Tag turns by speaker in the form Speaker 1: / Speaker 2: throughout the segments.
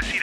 Speaker 1: decir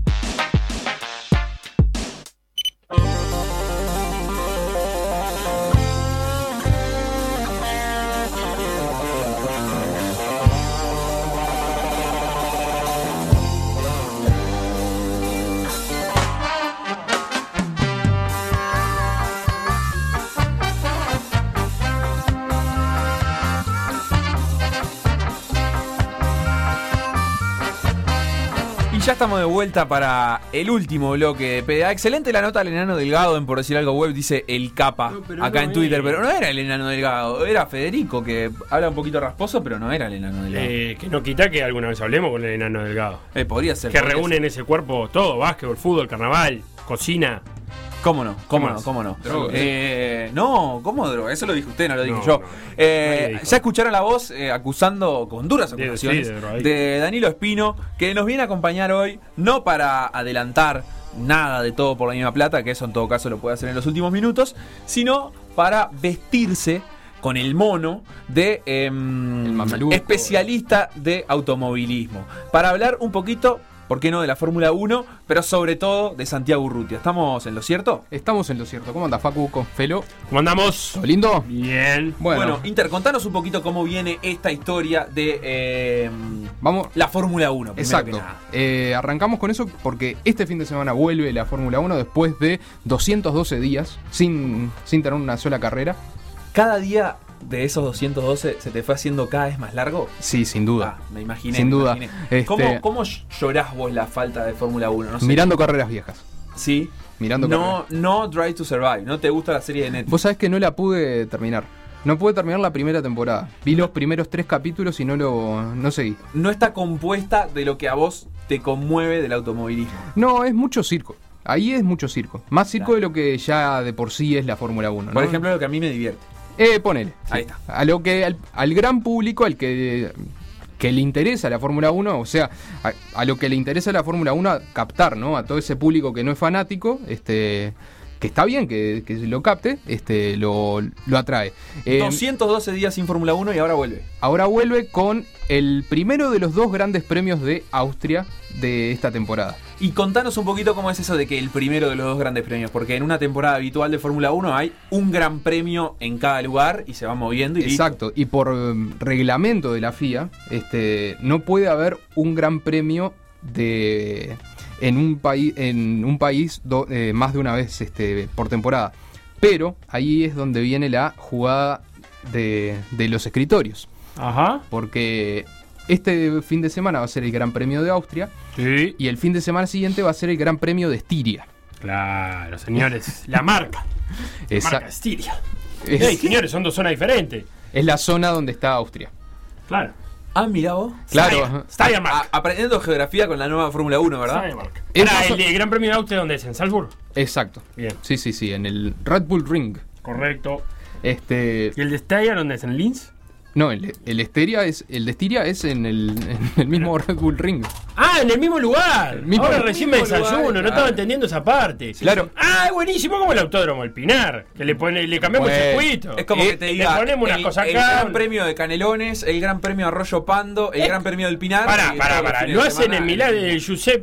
Speaker 2: Y ya estamos de vuelta para el último bloque de PDA. Excelente la nota del enano delgado en por decir algo web, dice el capa
Speaker 3: No, pero
Speaker 2: acá
Speaker 3: no
Speaker 2: en Twitter,
Speaker 3: es.
Speaker 2: pero no era el enano delgado, era Federico que habla un poquito rasposo, pero no era el enano delgado. Eh,
Speaker 3: Eh, que no quita que alguna vez hablemos con el enano delgado.
Speaker 2: podría ser.
Speaker 3: Que
Speaker 2: podría
Speaker 3: reúne en ese cuerpo todo, básquetbol, fútbol, carnaval, cocina.
Speaker 2: ser. ¿Cómo no? ¿Cómo
Speaker 3: ¿Qué
Speaker 2: no?
Speaker 3: más?
Speaker 2: ¿Cómo no?
Speaker 1: Droga.
Speaker 2: Eh, no, ¿cómo droga? Eso lo dijo usted, no lo dije
Speaker 3: No,
Speaker 2: yo.
Speaker 3: no,
Speaker 2: Eh,
Speaker 3: nadie dijo.
Speaker 2: ya escucharon la voz eh, acusando con duras
Speaker 3: De- sí,
Speaker 2: acusaciones
Speaker 3: de drogadicto.
Speaker 2: de Danilo Espino, que nos viene a acompañar hoy, no para adelantar nada de todo por la misma plata, que eso en todo caso lo puede hacer en los últimos minutos, sino para vestirse con el mono de em,
Speaker 1: El mameluco.
Speaker 2: especialista de automovilismo, para hablar un poquito, ¿por qué no?, de la Fórmula 1, pero sobre todo de Santiago Urrutia. ¿Estamos en lo cierto?
Speaker 1: Estamos en lo cierto. ¿Cómo anda Facu con Felo?
Speaker 3: ¿Cómo andamos?
Speaker 1: ¿Todo lindo?
Speaker 3: Bien.
Speaker 1: Bueno,
Speaker 2: Bueno, Inter, contanos un poquito cómo viene esta historia de em,
Speaker 1: vamos.
Speaker 2: la Fórmula 1. primero que
Speaker 1: Exacto.
Speaker 2: nada.
Speaker 1: Eh, arrancamos con eso porque este fin de semana vuelve la Fórmula 1 después de 212 días sin, sin tener una sola carrera.
Speaker 2: Cada día de esos 212 se te fue haciendo cada vez más largo.
Speaker 1: Sí, sin duda.
Speaker 2: Ah, me imaginé.
Speaker 1: Sin
Speaker 2: me
Speaker 1: duda.
Speaker 2: imaginé.
Speaker 1: Este-
Speaker 2: ¿Cómo, cómo llorás vos la falta de Fórmula 1? No sé.
Speaker 1: Mirando carreras viejas.
Speaker 2: Sí.
Speaker 1: Mirando carreras.
Speaker 2: No, no Drive to Survive. No te gusta la serie de Netflix.
Speaker 1: Vos sabés que no la pude terminar. No pude terminar la primera temporada. Vi los primeros tres capítulos y no lo no seguí.
Speaker 2: No está compuesta de lo que a vos te conmueve del automovilismo.
Speaker 1: No, es mucho circo. Ahí es mucho circo. Más circo
Speaker 2: Claro.
Speaker 1: de lo que ya de por sí es la Fórmula 1. ¿no?
Speaker 2: Por ejemplo, lo que a mí me divierte.
Speaker 1: Eh, ponele.
Speaker 2: Ahí está.
Speaker 1: A lo que, al, al gran público, al que, que le interesa la Fórmula 1, o sea, a, a lo que le interesa la Fórmula 1 a captar, ¿no? A todo ese público que no es fanático, este que está bien que, que lo capte, este lo, lo atrae. Eh,
Speaker 2: 212 días sin Fórmula 1 y ahora vuelve.
Speaker 1: ahora vuelve con el primero de los dos grandes premios de Austria de esta temporada.
Speaker 2: Y contanos un poquito cómo es eso de que el primero de los dos grandes premios, porque en una temporada habitual de Fórmula 1 hay un gran premio en cada lugar y se va moviendo y listo.
Speaker 1: Exacto, y por em, reglamento de la FIA, este, no puede haber un gran premio de en un país en un país do- eh, más de una vez este, por temporada. Pero ahí es donde viene la jugada de, de los escritorios,
Speaker 3: Ajá.
Speaker 1: porque este fin de semana va a ser el Gran Premio de Austria
Speaker 3: Sí.
Speaker 1: y el fin de semana siguiente va a ser el Gran Premio de Estiria.
Speaker 3: Claro, señores. La marca.
Speaker 1: Esa-
Speaker 3: Marca Estiria.
Speaker 1: es-
Speaker 3: Ey, señores, son dos zonas diferentes.
Speaker 1: es la zona donde está Austria.
Speaker 3: Claro.
Speaker 2: Ah, mira vos.
Speaker 1: Claro. Ah,
Speaker 2: A-
Speaker 3: Steiermark.
Speaker 2: aprendiendo geografía con la nueva Fórmula 1, ¿verdad?
Speaker 3: Steiermark.
Speaker 1: Es
Speaker 3: Ahora,
Speaker 1: más-
Speaker 3: el, eh, Gran Premio de Austria, ¿dónde es? ¿En Salzburg?
Speaker 1: Exacto.
Speaker 3: Bien.
Speaker 1: Sí, sí, sí, en el Red Bull Ring.
Speaker 3: Correcto.
Speaker 1: Este,
Speaker 3: ¿Y el de Steyr, dónde es? ¿En Linz?
Speaker 1: No, el, el Esteria es. El de Estiria es en el, en el mismo Red Bull Ring.
Speaker 3: Ah, en el mismo lugar.
Speaker 1: mismo-
Speaker 3: Ahora
Speaker 1: el
Speaker 3: recién me
Speaker 2: mismo
Speaker 3: desayuno,
Speaker 2: lugar,
Speaker 3: no estaba
Speaker 2: claro.
Speaker 3: entendiendo esa parte.
Speaker 1: Claro.
Speaker 3: Ah, es buenísimo como el autódromo, el Pinar. Que le pone, le cambiamos
Speaker 1: Bueno,
Speaker 3: el circuito.
Speaker 2: Es como
Speaker 3: Eh,
Speaker 2: que te
Speaker 3: le
Speaker 2: diga
Speaker 3: ponemos unas
Speaker 2: el,
Speaker 3: cosas
Speaker 2: el
Speaker 3: acá.
Speaker 2: gran premio de Canelones, el gran premio Arroyo Pando, el
Speaker 3: Eh,
Speaker 2: gran premio del Pinar.
Speaker 3: Pará,
Speaker 2: y
Speaker 3: pará,
Speaker 2: todos los
Speaker 3: pará.
Speaker 2: fines
Speaker 3: Lo
Speaker 2: de
Speaker 3: hacen
Speaker 2: semana.
Speaker 3: en Milán el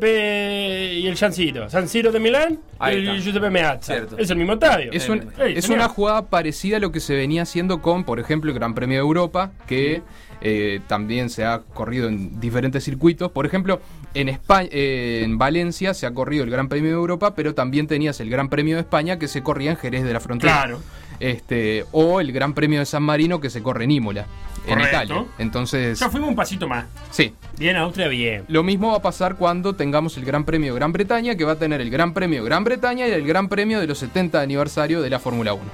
Speaker 3: Giuseppe y el San Siro. San Siro de Milán y
Speaker 2: Ahí
Speaker 3: el
Speaker 2: está.
Speaker 3: Giuseppe Meazza.
Speaker 2: Cierto.
Speaker 3: Es el mismo estadio. Eh,
Speaker 1: Es,
Speaker 2: un-
Speaker 1: un-
Speaker 3: Ey,
Speaker 1: es
Speaker 3: señor.
Speaker 1: una jugada parecida a lo que se venía haciendo con, por ejemplo, el Gran Premio de Europa, que eh, también se ha corrido en diferentes circuitos. Por ejemplo, en, Espa- eh, en Valencia se ha corrido el Gran Premio de Europa, pero también tenías el Gran Premio de España que se corría en Jerez de la Frontera.
Speaker 3: Claro.
Speaker 1: Este, o el Gran Premio de San Marino que se corre en Imola, en
Speaker 3: Correcto.
Speaker 1: Italia. Entonces,
Speaker 3: Ya fuimos un pasito más.
Speaker 1: sí,
Speaker 3: Bien, Austria, bien.
Speaker 1: Lo mismo va a pasar cuando tengamos el Gran Premio de Gran Bretaña, que va a tener el Gran Premio de Gran Bretaña y el Gran Premio de los 70 aniversario de la Fórmula 1.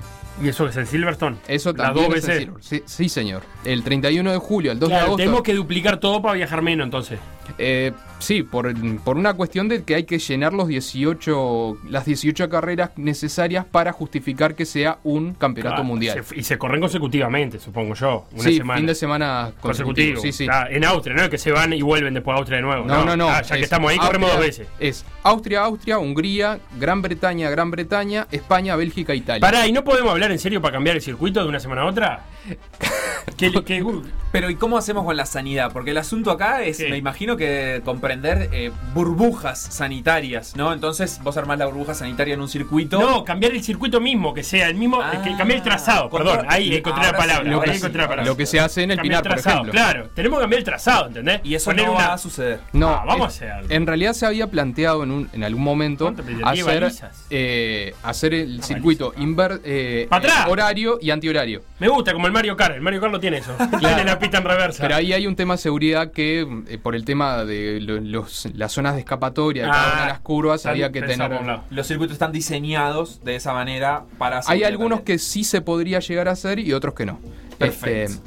Speaker 3: Y eso es el Silverstone.
Speaker 1: Eso
Speaker 3: Las
Speaker 1: también
Speaker 3: dos
Speaker 1: es en
Speaker 3: veces.
Speaker 1: Silver. Sí, sí, señor. El 31 de julio, el 2
Speaker 3: Claro,
Speaker 1: de
Speaker 3: tenemos
Speaker 1: agosto.
Speaker 3: que duplicar todo para viajar menos entonces.
Speaker 1: Eh, sí, por, por una cuestión de que hay que llenar los 18, las 18 carreras necesarias para justificar que sea un campeonato
Speaker 3: Ah,
Speaker 1: mundial.
Speaker 3: se- y se corren consecutivamente, supongo yo. Una
Speaker 1: sí,
Speaker 3: semana.
Speaker 1: fin de semana consecutivo.
Speaker 3: consecutivo.
Speaker 1: Sí, sí.
Speaker 3: Ah, en Austria, ¿no? Que se van y vuelven después a Austria de nuevo.
Speaker 1: No, no, no.
Speaker 3: Ah, ya que
Speaker 1: es
Speaker 3: estamos ahí, corremos dos
Speaker 1: Austria-
Speaker 3: veces.
Speaker 1: Es Austria, Austria, Hungría, Gran Bretaña, Gran Bretaña, España, Bélgica, Italia.
Speaker 3: Pará, ¿y no podemos hablar en serio para cambiar el circuito de una semana a otra? que, que-
Speaker 2: Pero ¿y cómo hacemos con la sanidad? Porque el asunto acá es,
Speaker 3: Sí.
Speaker 2: me imagino que comprender eh, burbujas sanitarias, ¿no? Entonces vos armás la burbuja sanitaria en un circuito.
Speaker 3: no, cambiar el circuito mismo, que sea el mismo,
Speaker 2: Ah.
Speaker 3: que cambiar el trazado,
Speaker 2: Con-
Speaker 3: perdón, ahí encontré la
Speaker 2: ahora sí,
Speaker 3: palabra.
Speaker 1: lo
Speaker 3: ahí
Speaker 1: que-
Speaker 3: encontré la palabra.
Speaker 1: lo que se hace en el
Speaker 3: Cambiar
Speaker 1: Pinar, por
Speaker 3: trazado,
Speaker 1: ejemplo.
Speaker 3: Claro, tenemos que cambiar el trazado, ¿entendés?
Speaker 2: Y eso
Speaker 3: Poner
Speaker 2: no
Speaker 3: una-
Speaker 2: va a suceder.
Speaker 1: No,
Speaker 3: Ah, vamos
Speaker 1: es-
Speaker 3: a hacer algo.
Speaker 1: En realidad se había planteado en, un- en algún momento
Speaker 3: ¿Cuánto pediría? Diez
Speaker 1: hacer,
Speaker 3: balizas.
Speaker 1: eh, hacer el circuito inver- eh,
Speaker 3: Pa' atrás.
Speaker 1: eh, horario y antihorario.
Speaker 3: Me gusta, como el Mario Kart. El Mario Kart lo tiene eso. Tiene la pista en reversa.
Speaker 1: Pero ahí hay un tema de seguridad que, eh, por el tema de lo- los- las zonas de escapatoria de cada
Speaker 3: Ah,
Speaker 1: una de las curvas,
Speaker 3: Tan
Speaker 1: había que
Speaker 3: pensado
Speaker 1: tener.
Speaker 3: por un lado.
Speaker 2: Los circuitos están diseñados de esa manera para...
Speaker 1: Hay
Speaker 2: seguridad
Speaker 1: algunos
Speaker 2: también.
Speaker 1: que sí se podría llegar a hacer y otros que no.
Speaker 2: Perfecto.
Speaker 1: Este,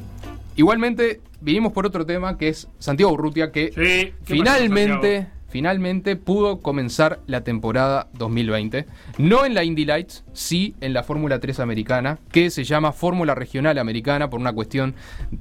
Speaker 1: igualmente, vinimos por otro tema que es Santiago Urrutia, que
Speaker 3: Sí, ¿qué pasó,
Speaker 1: Finalmente, finalmente pudo comenzar la temporada 2020. No en la Indy Lights, sí en la Fórmula 3 americana, que se llama Fórmula Regional Americana por una cuestión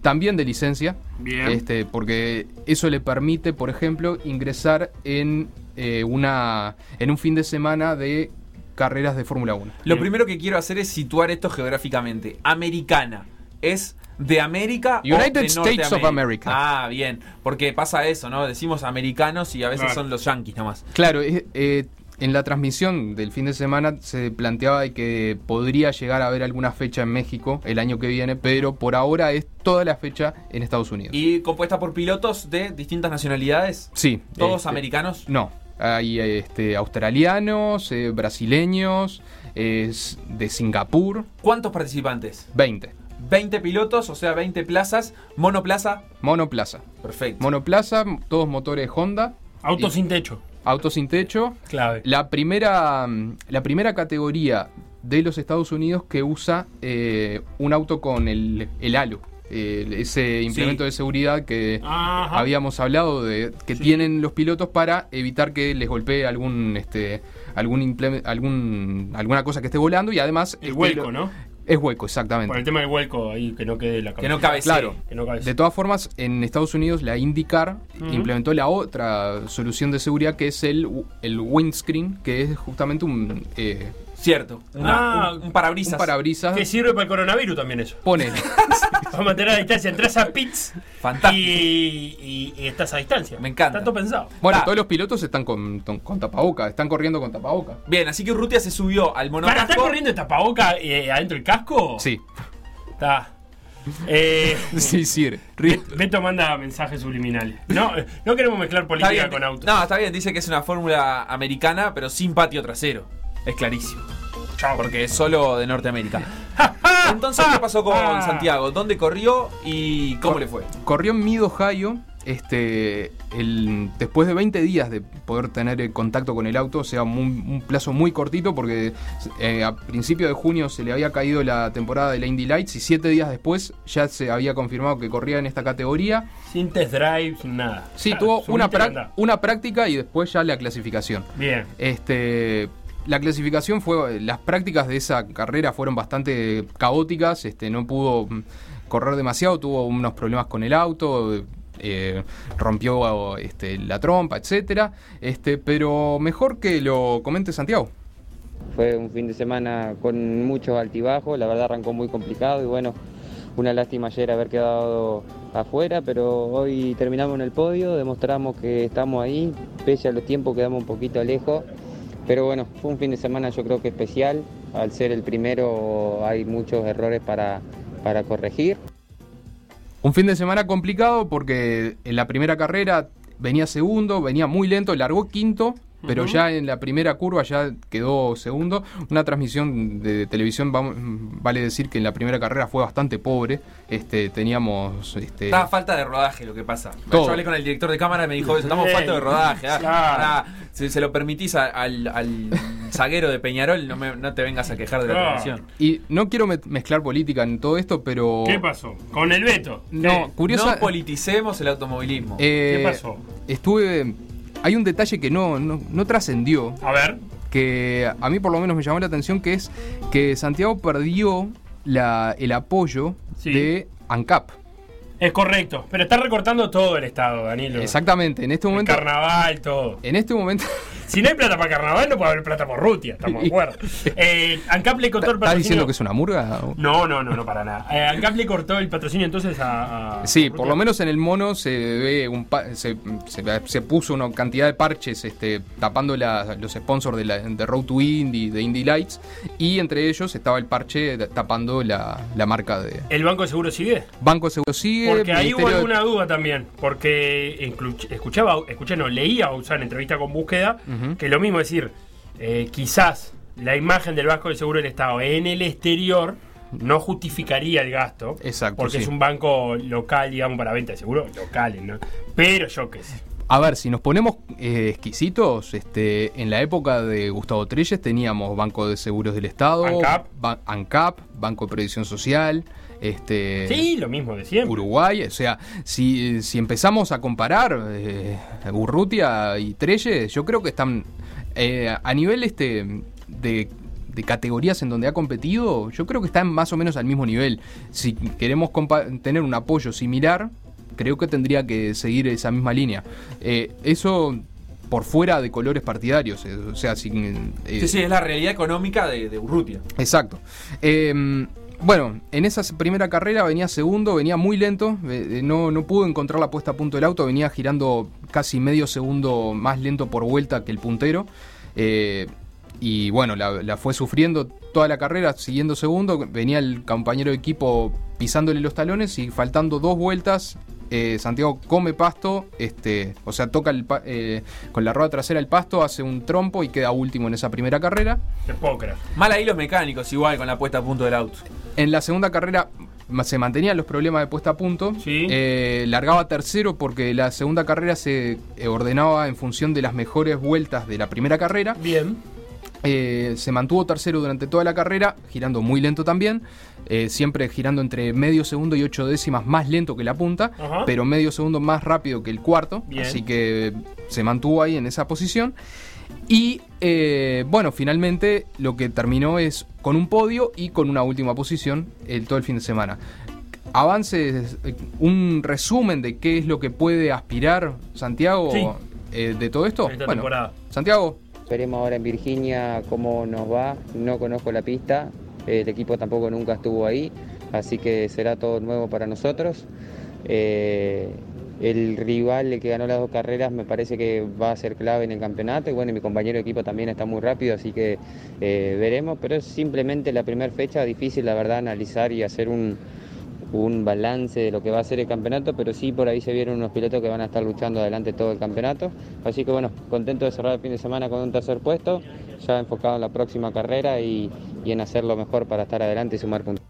Speaker 1: también de licencia.
Speaker 3: Bien.
Speaker 1: Este, porque eso le permite, por ejemplo, ingresar en, eh, una, en un fin de semana de carreras de Fórmula 1.
Speaker 2: Lo primero que quiero hacer es situar esto geográficamente. Americana. ¿Es de América
Speaker 1: United
Speaker 2: o de
Speaker 1: States of
Speaker 2: Norteamérica?
Speaker 1: America.
Speaker 2: Ah, bien. Porque pasa eso, ¿no? Decimos americanos y a veces
Speaker 3: Claro.
Speaker 2: son los yanquis nomás.
Speaker 1: Claro, eh, eh, en la transmisión del fin de semana se planteaba de que podría llegar a haber alguna fecha en México el año que viene, pero por ahora es toda la fecha en Estados Unidos.
Speaker 2: Y compuesta por pilotos de distintas nacionalidades.
Speaker 1: sí.
Speaker 2: ¿Todos
Speaker 1: este,
Speaker 2: americanos?
Speaker 1: No. Hay este, australianos, eh, brasileños, es de Singapur,
Speaker 2: ¿Cuántos participantes?
Speaker 1: 20.
Speaker 2: 20 pilotos, o sea, 20 plazas. Monoplaza.
Speaker 1: Monoplaza.
Speaker 2: Perfecto.
Speaker 1: Monoplaza, todos motores Honda.
Speaker 3: Santiago? Auto
Speaker 1: Y-
Speaker 3: sin techo.
Speaker 1: Auto sin techo.
Speaker 3: Clave.
Speaker 1: La primera, mm, la primera categoría de los Estados Unidos que usa eh, un auto con el, el halo, eh, ese implemento de seguridad que
Speaker 3: Ajá.
Speaker 1: habíamos hablado de que tienen los pilotos para evitar que les golpee algún este algún implem- algún alguna cosa que esté volando y además
Speaker 3: El
Speaker 1: este,
Speaker 3: hueco,
Speaker 1: lo-
Speaker 3: ¿no?
Speaker 1: es hueco
Speaker 3: Por el
Speaker 1: exactamente.
Speaker 3: tema del hueco ahí, que no quede la
Speaker 2: Que
Speaker 3: cabeza.
Speaker 2: no cabe
Speaker 1: Claro.
Speaker 3: Que no cabe.
Speaker 1: De todas formas, en Estados Unidos la IndyCar
Speaker 3: Ujú.
Speaker 1: implementó la otra solución de seguridad que es el, el windscreen, que es justamente un, eh,
Speaker 2: Cierto. Una-
Speaker 3: Ah,
Speaker 2: un, un parabrisas.
Speaker 1: un parabrisas.
Speaker 3: Que Ah. sirve para el coronavirus también eso.
Speaker 1: Ponele.
Speaker 3: Para mantener la distancia. Entras a Pits
Speaker 2: Fantástico.
Speaker 3: y, y- y estás a distancia.
Speaker 2: Me encanta.
Speaker 3: Tanto pensado.
Speaker 1: Bueno,
Speaker 2: Ah.
Speaker 1: todos los pilotos están con, con, con tapaboca, están corriendo con tapaboca.
Speaker 2: Bien, así que Urrutia se subió al
Speaker 3: ¿Para
Speaker 2: monocasco.
Speaker 3: estar corriendo esta tapaboca eh, adentro del casco?
Speaker 1: Sí,
Speaker 3: Está. Eh,
Speaker 1: sí, sí.
Speaker 3: Beto manda mensajes subliminales. No, eh, no queremos mezclar
Speaker 2: Está
Speaker 3: política
Speaker 2: bien.
Speaker 3: con autos.
Speaker 2: No, está bien, dice que es una fórmula americana, pero sin patio trasero. Es clarísimo.
Speaker 3: Chao.
Speaker 2: Porque es solo de Norteamérica. Entonces, ¿qué pasó con
Speaker 3: Ah.
Speaker 2: Santiago? ¿Dónde corrió y cómo le fue?
Speaker 1: Corrió en Mid Ohio. Este, el, después de 20 días de poder tener eh, contacto con el auto, o sea, mu- un plazo muy cortito porque eh, a principio de junio se le había caído la temporada de la Indy Lights y 7 días después ya se había confirmado que corría en esta categoría.
Speaker 3: Sin test drive, sin nada.
Speaker 1: Sí,
Speaker 3: Ah,
Speaker 1: tuvo
Speaker 3: subiste
Speaker 1: una,
Speaker 3: y
Speaker 1: prac-
Speaker 3: andá.
Speaker 1: una práctica y después ya la clasificación.
Speaker 3: Bien.
Speaker 1: Este, la clasificación fue. Las prácticas de esa carrera fueron bastante caóticas. Este, no pudo mm, correr demasiado, tuvo unos problemas con el auto. eh, rompió este, la trompa, etcétera. Este, pero mejor que lo comente Santiago.
Speaker 4: Fue un fin de semana con muchos altibajos, la verdad arrancó muy complicado y bueno, una lástima ayer haber quedado afuera, pero hoy terminamos en el podio, demostramos que estamos ahí, pese a los tiempos quedamos un poquito lejos, pero bueno, fue un fin de semana yo creo que especial, al ser el primero hay muchos errores para, para corregir.
Speaker 1: Un fin de semana complicado porque en la primera carrera venía segundo, venía muy lento, largó quinto, pero
Speaker 3: Ujú.
Speaker 1: ya en la primera curva ya quedó segundo. Una transmisión de televisión, vam- vale decir que en la primera carrera fue bastante pobre. Este, teníamos... Este,
Speaker 2: Estaba falta de rodaje lo que pasa.
Speaker 1: Todo.
Speaker 2: Yo hablé con el director de cámara y me dijo, estamos
Speaker 3: Bien.
Speaker 2: falta de rodaje. ah,
Speaker 3: Claro.
Speaker 2: ah, si se lo permitís a- al, al zaguero de Peñarol, no, me- no te vengas a quejar de la
Speaker 3: Ah.
Speaker 2: tradición.
Speaker 1: Y no quiero me- mezclar política en todo esto, pero.
Speaker 3: ¿Qué pasó? Con el veto.
Speaker 1: Oh. No, curiosa.
Speaker 2: No politicemos el automovilismo.
Speaker 1: eh,
Speaker 3: ¿Qué pasó?
Speaker 1: Estuve. Hay un detalle que no, no, no trascendió,
Speaker 3: A ver.
Speaker 1: que a mí por lo menos me llamó la atención, que es que Santiago perdió la- el apoyo
Speaker 3: Sí.
Speaker 1: de ANCAP.
Speaker 3: Es correcto. Pero está recortando todo el Estado, Danilo.
Speaker 1: Exactamente, en este
Speaker 3: El
Speaker 1: momento.
Speaker 3: carnaval, todo.
Speaker 1: En este momento.
Speaker 3: Si no hay plata para carnaval, no puede haber plata por Rutia, estamos de acuerdo. Eh, ANCAP le cortó el
Speaker 1: ¿Estás
Speaker 3: patrocinio.
Speaker 1: diciendo que es una murga? o?
Speaker 3: No, no, no, no, para nada. Eh, ANCAP le cortó el patrocinio entonces a. a-
Speaker 1: Sí,
Speaker 3: a
Speaker 1: por
Speaker 3: Rutia.
Speaker 1: lo menos en el mono se ve un pa- se, se, se puso una cantidad de parches este, tapando la- los sponsors de, la, de Road to Indy, de Indy Lights, y entre ellos estaba el parche tapando la, la marca de
Speaker 3: ¿El Banco de Seguro sigue?
Speaker 1: Banco Seguro Sigue.
Speaker 3: Porque ahí hubo
Speaker 1: Ministerio de-
Speaker 3: alguna duda también, porque inclu- escuchaba, escuché, no, leía a Bauzá en entrevista con Búsqueda,
Speaker 1: Ujú.
Speaker 3: que lo mismo es decir, eh, quizás la imagen del Banco del Seguro del Estado en el exterior no justificaría el gasto,
Speaker 1: Exacto,
Speaker 3: porque
Speaker 1: sí.
Speaker 3: es un banco local, digamos, para venta de seguro, locales, ¿no? Pero yo qué sé.
Speaker 1: A ver, si nos ponemos eh, exquisitos, este, en la época de Gustavo Trelles teníamos Banco de Seguros del Estado,
Speaker 3: ANCAP.
Speaker 1: Ban- ANCAP, Banco de Previsión Social, este,
Speaker 3: Sí, lo mismo de siempre.
Speaker 1: Uruguay, o sea, si, si empezamos a comparar eh, Urrutia y Trelles, yo creo que están eh, a nivel este de, de categorías en donde ha competido, yo creo que están más o menos al mismo nivel. Si queremos compa- tener un apoyo similar, creo que tendría que seguir esa misma línea. Eh, eso por fuera de colores partidarios, eh, o sea, sin, eh,
Speaker 2: Sí, sí, es la realidad económica de, de Urrutia.
Speaker 1: Exacto. Eh, bueno, en esa primera carrera venía segundo, venía muy lento, eh, eh, no, no pudo encontrar la puesta a punto del auto, venía girando casi medio segundo más lento por vuelta que el puntero. eh, y bueno, la, la fue sufriendo toda la carrera, siguiendo segundo, venía el compañero de equipo pisándole los talones y faltando dos vueltas, eh, Santiago come pasto, este, o sea, toca el pa- eh, con la rueda trasera el pasto, hace un trompo y queda último en esa primera carrera.
Speaker 3: Te puedo creer.
Speaker 2: Mal ahí los mecánicos, igual con la puesta a punto del auto.
Speaker 1: En la segunda carrera ma- se mantenían los problemas de puesta a punto.
Speaker 3: Sí.
Speaker 1: Eh, largaba tercero porque la segunda carrera se eh, ordenaba en función de las mejores vueltas de la primera carrera.
Speaker 3: Bien.
Speaker 1: Eh, se mantuvo tercero durante toda la carrera, girando muy lento también. eh, siempre girando entre medio segundo y ocho décimas más lento que la punta,
Speaker 3: Ajá.
Speaker 1: pero medio segundo más rápido que el cuarto.
Speaker 3: Bien.
Speaker 1: Así que se mantuvo ahí en esa posición. Y eh, bueno, finalmente lo que terminó es con un podio y con una última posición el, todo el fin de semana. Avances, eh, un resumen de qué es lo que puede aspirar Santiago
Speaker 3: Sí.
Speaker 1: eh, de todo esto.
Speaker 3: Esta
Speaker 1: Bueno,
Speaker 3: temporada.
Speaker 1: Santiago,
Speaker 4: Veremos ahora en Virginia cómo nos va. No conozco la pista, el equipo tampoco nunca estuvo ahí, así que será todo nuevo para nosotros. Eh, el rival, el que ganó las dos carreras, me parece que va a ser clave en el campeonato. Y bueno, y mi compañero de equipo también está muy rápido, así que eh, veremos. Pero es simplemente la primera fecha, difícil la verdad analizar y hacer un, un balance de lo que va a ser el campeonato, pero sí por ahí se vieron unos pilotos que van a estar luchando adelante todo el campeonato. Así que bueno, contento de cerrar el fin de semana con un tercer puesto, ya enfocado en la próxima carrera y, y en hacer lo mejor para estar adelante y sumar puntos.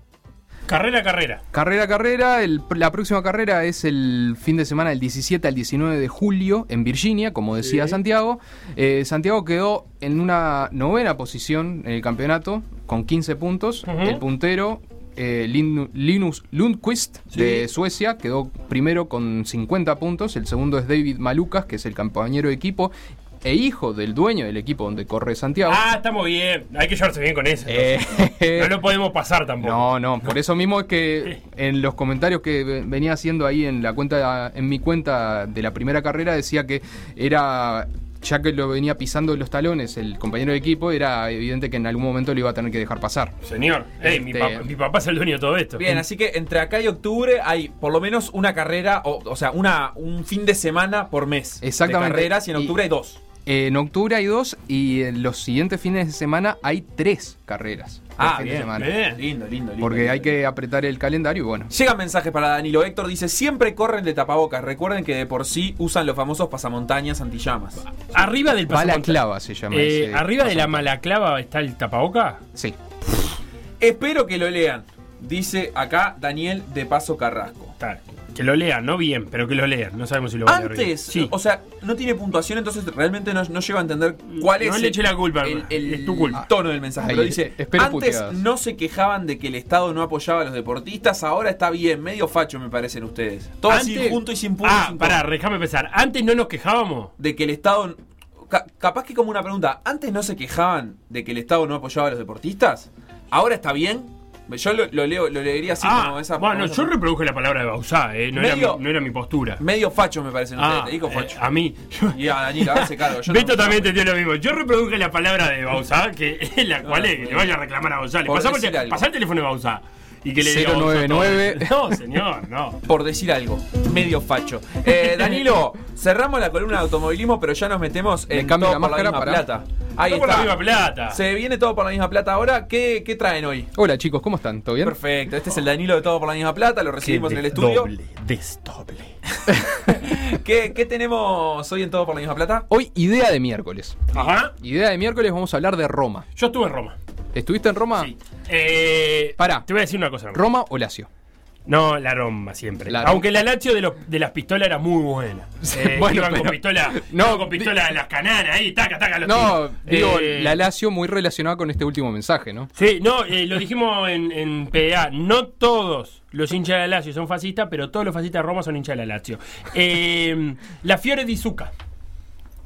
Speaker 3: Carrera, carrera.
Speaker 1: Carrera, carrera. el- la próxima carrera es el fin de semana del 17 al 19 de julio en Virginia, como decía Santiago. Eh, Santiago quedó en una novena posición en el campeonato con 15 puntos.
Speaker 3: Ujú.
Speaker 1: El puntero eh, Lin- Linus Lundquist de Suecia quedó primero con 50 puntos. El segundo es David Malucas, que es el compañero de equipo e hijo del dueño del equipo donde corre Santiago.
Speaker 3: Ah, estamos bien. Hay que llevarse bien con eso.
Speaker 1: Eh,
Speaker 3: entonces. No lo podemos pasar tampoco.
Speaker 1: No, no, por eso mismo es que en los comentarios que ve- venía haciendo ahí en la cuenta en mi cuenta de la primera carrera decía que era ya que lo venía pisando los talones el compañero de equipo, era evidente que en algún momento lo iba a tener que dejar pasar.
Speaker 3: Señor, ey, mi,
Speaker 1: Este-
Speaker 3: papá, mi papá es el dueño de todo esto.
Speaker 2: Bien, así que entre acá y octubre hay por lo menos una carrera, o, o sea, una, un fin de semana por mes. De
Speaker 1: Exactamente.
Speaker 2: carreras y en
Speaker 1: Y-
Speaker 2: octubre hay dos.
Speaker 1: En octubre hay dos y en los siguientes fines de semana hay tres carreras. por
Speaker 2: Ah,
Speaker 1: fin de
Speaker 2: bien,
Speaker 1: semana.
Speaker 3: bien.
Speaker 2: Lindo, lindo, lindo.
Speaker 1: Porque
Speaker 2: lindo.
Speaker 1: hay que apretar el calendario y bueno.
Speaker 2: Llegan mensajes para Danilo. Héctor dice: Siempre corren de tapabocas. Recuerden que de por sí usan los famosos pasamontañas antillamas.
Speaker 3: Arriba del pasamontañas.
Speaker 1: Balaclava se llama.
Speaker 3: Eh,
Speaker 1: ese
Speaker 3: arriba de la
Speaker 1: pasamontañas.
Speaker 3: malaclava está el tapaboca.
Speaker 1: Sí.
Speaker 2: Espero que lo lean. Dice acá Daniel de Paso Carrasco.
Speaker 3: Está. Que lo lean, no bien, pero que lo lean. No sabemos si lo van a leer bien.
Speaker 2: Antes,
Speaker 3: Sí.
Speaker 2: o sea, no tiene puntuación, entonces realmente no, no llego a entender cuál
Speaker 3: No
Speaker 2: es
Speaker 3: le
Speaker 2: el-
Speaker 3: eché la culpa,
Speaker 2: el, el
Speaker 3: es tu culpa.
Speaker 2: tono del mensaje.
Speaker 1: Ahí,
Speaker 2: Pero dice,
Speaker 1: espero
Speaker 2: antes
Speaker 1: puteadas".
Speaker 2: no se quejaban de que el Estado no apoyaba a los deportistas, ahora está bien, medio facho me parecen ustedes. Todo así
Speaker 3: Antes-
Speaker 2: junto y sin punto. y
Speaker 3: Ah,
Speaker 2: sin
Speaker 3: pará,
Speaker 2: coma.
Speaker 3: déjame pensar. Antes no nos quejábamos.
Speaker 2: De que el Estado... ca- capaz que como una pregunta, antes no se quejaban de que el Estado no apoyaba a los deportistas, ahora está bien. Yo lo, lo leo, lo leería así
Speaker 3: ah,
Speaker 2: como esa...
Speaker 3: bueno,
Speaker 2: como esa-
Speaker 3: yo reproduje la palabra de Bausá, eh, no, era mi,
Speaker 2: Medio-
Speaker 3: no era mi postura.
Speaker 2: Medio facho me parecen
Speaker 3: Ah,
Speaker 2: ustedes, te digo
Speaker 3: eh,
Speaker 2: facho.
Speaker 3: a mí. yo-
Speaker 2: Y a Daniel, hágase cargo. yo no-
Speaker 3: Beto también te dio lo mismo. Yo reproduje la palabra de Bausá, que es la cual es que le vaya a reclamar a Bausá. Le
Speaker 2: Por
Speaker 3: pasamos
Speaker 2: Ah,
Speaker 3: el,
Speaker 2: decir algo.
Speaker 3: pasá el teléfono de Bausá. Y que le diga a Bauzá
Speaker 1: 099.
Speaker 3: todo. No, señor, no.
Speaker 2: por decir algo, medio facho. Eh, Danilo, cerramos la columna de automovilismo, pero ya nos metemos
Speaker 1: Le
Speaker 2: en
Speaker 1: cambio
Speaker 2: todo
Speaker 1: la
Speaker 2: por la
Speaker 1: máscara
Speaker 2: misma
Speaker 1: para-
Speaker 2: plata. Ahí
Speaker 3: Todo por la
Speaker 2: está.
Speaker 3: misma plata.
Speaker 2: Se viene todo por la misma plata ahora. ¿Qué, qué traen hoy?
Speaker 1: Hola chicos, ¿cómo están? ¿Todo bien?
Speaker 2: Perfecto, este es el Danilo de Todo por la misma plata, lo recibimos en el estudio.
Speaker 3: desdoble.
Speaker 2: ¿Qué, qué tenemos hoy en Todo por la misma plata?
Speaker 1: Hoy, idea de miércoles.
Speaker 3: Ajá.
Speaker 1: Idea de miércoles, vamos a hablar de Roma.
Speaker 3: Yo estuve en Roma.
Speaker 1: ¿Estuviste en Roma?
Speaker 3: Sí. Eh,
Speaker 1: Pará.
Speaker 3: Te voy a decir una cosa.
Speaker 1: ¿Roma o Lazio?
Speaker 3: No, la Roma siempre.
Speaker 1: La-
Speaker 3: Aunque la Lazio de, los- de las pistolas era muy buena. Eh,
Speaker 1: bueno,
Speaker 3: iban con
Speaker 1: pero-
Speaker 3: pistola,
Speaker 1: No,
Speaker 3: iban con pistola de las cananas ahí, taca, taca los
Speaker 1: No,
Speaker 3: tiros.
Speaker 1: digo,
Speaker 3: Eh,
Speaker 1: la Lazio muy relacionada con este último mensaje, ¿no?
Speaker 3: Sí, no, eh, lo dijimos en, en PDA. No todos los hinchas de la Lazio son fascistas, pero todos los fascistas de Roma son hinchas de la Lazio. Eh, la Fiore di Zucca.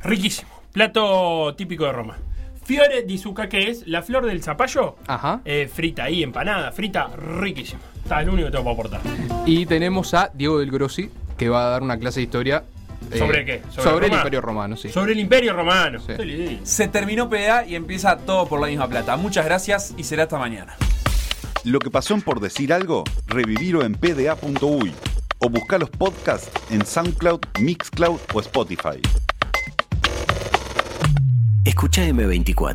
Speaker 3: Riquísimo. Plato típico de Roma. Fiore di Zucca, que es la flor del zapallo.
Speaker 1: Ajá.
Speaker 3: Eh, frita ahí, empanada, frita, riquísima. Está, es lo único que tengo para aportar.
Speaker 1: Y tenemos a Diego del Grossi, que va a dar una clase de historia. eh,
Speaker 3: ¿Sobre qué? ¿Sobre
Speaker 1: Sobre, el
Speaker 3: Roma?
Speaker 1: Imperio Romano, sí.
Speaker 3: Sobre el Imperio Romano.
Speaker 1: Sí.
Speaker 3: Estoy lindo.
Speaker 2: Se terminó PDA y empieza Todo por la misma plata. Muchas gracias y será hasta mañana.
Speaker 5: Lo que pasó en por decir algo, revivirlo en pda.uy o buscar los podcasts en SoundCloud, Mixcloud o Spotify.
Speaker 6: Escucha M24.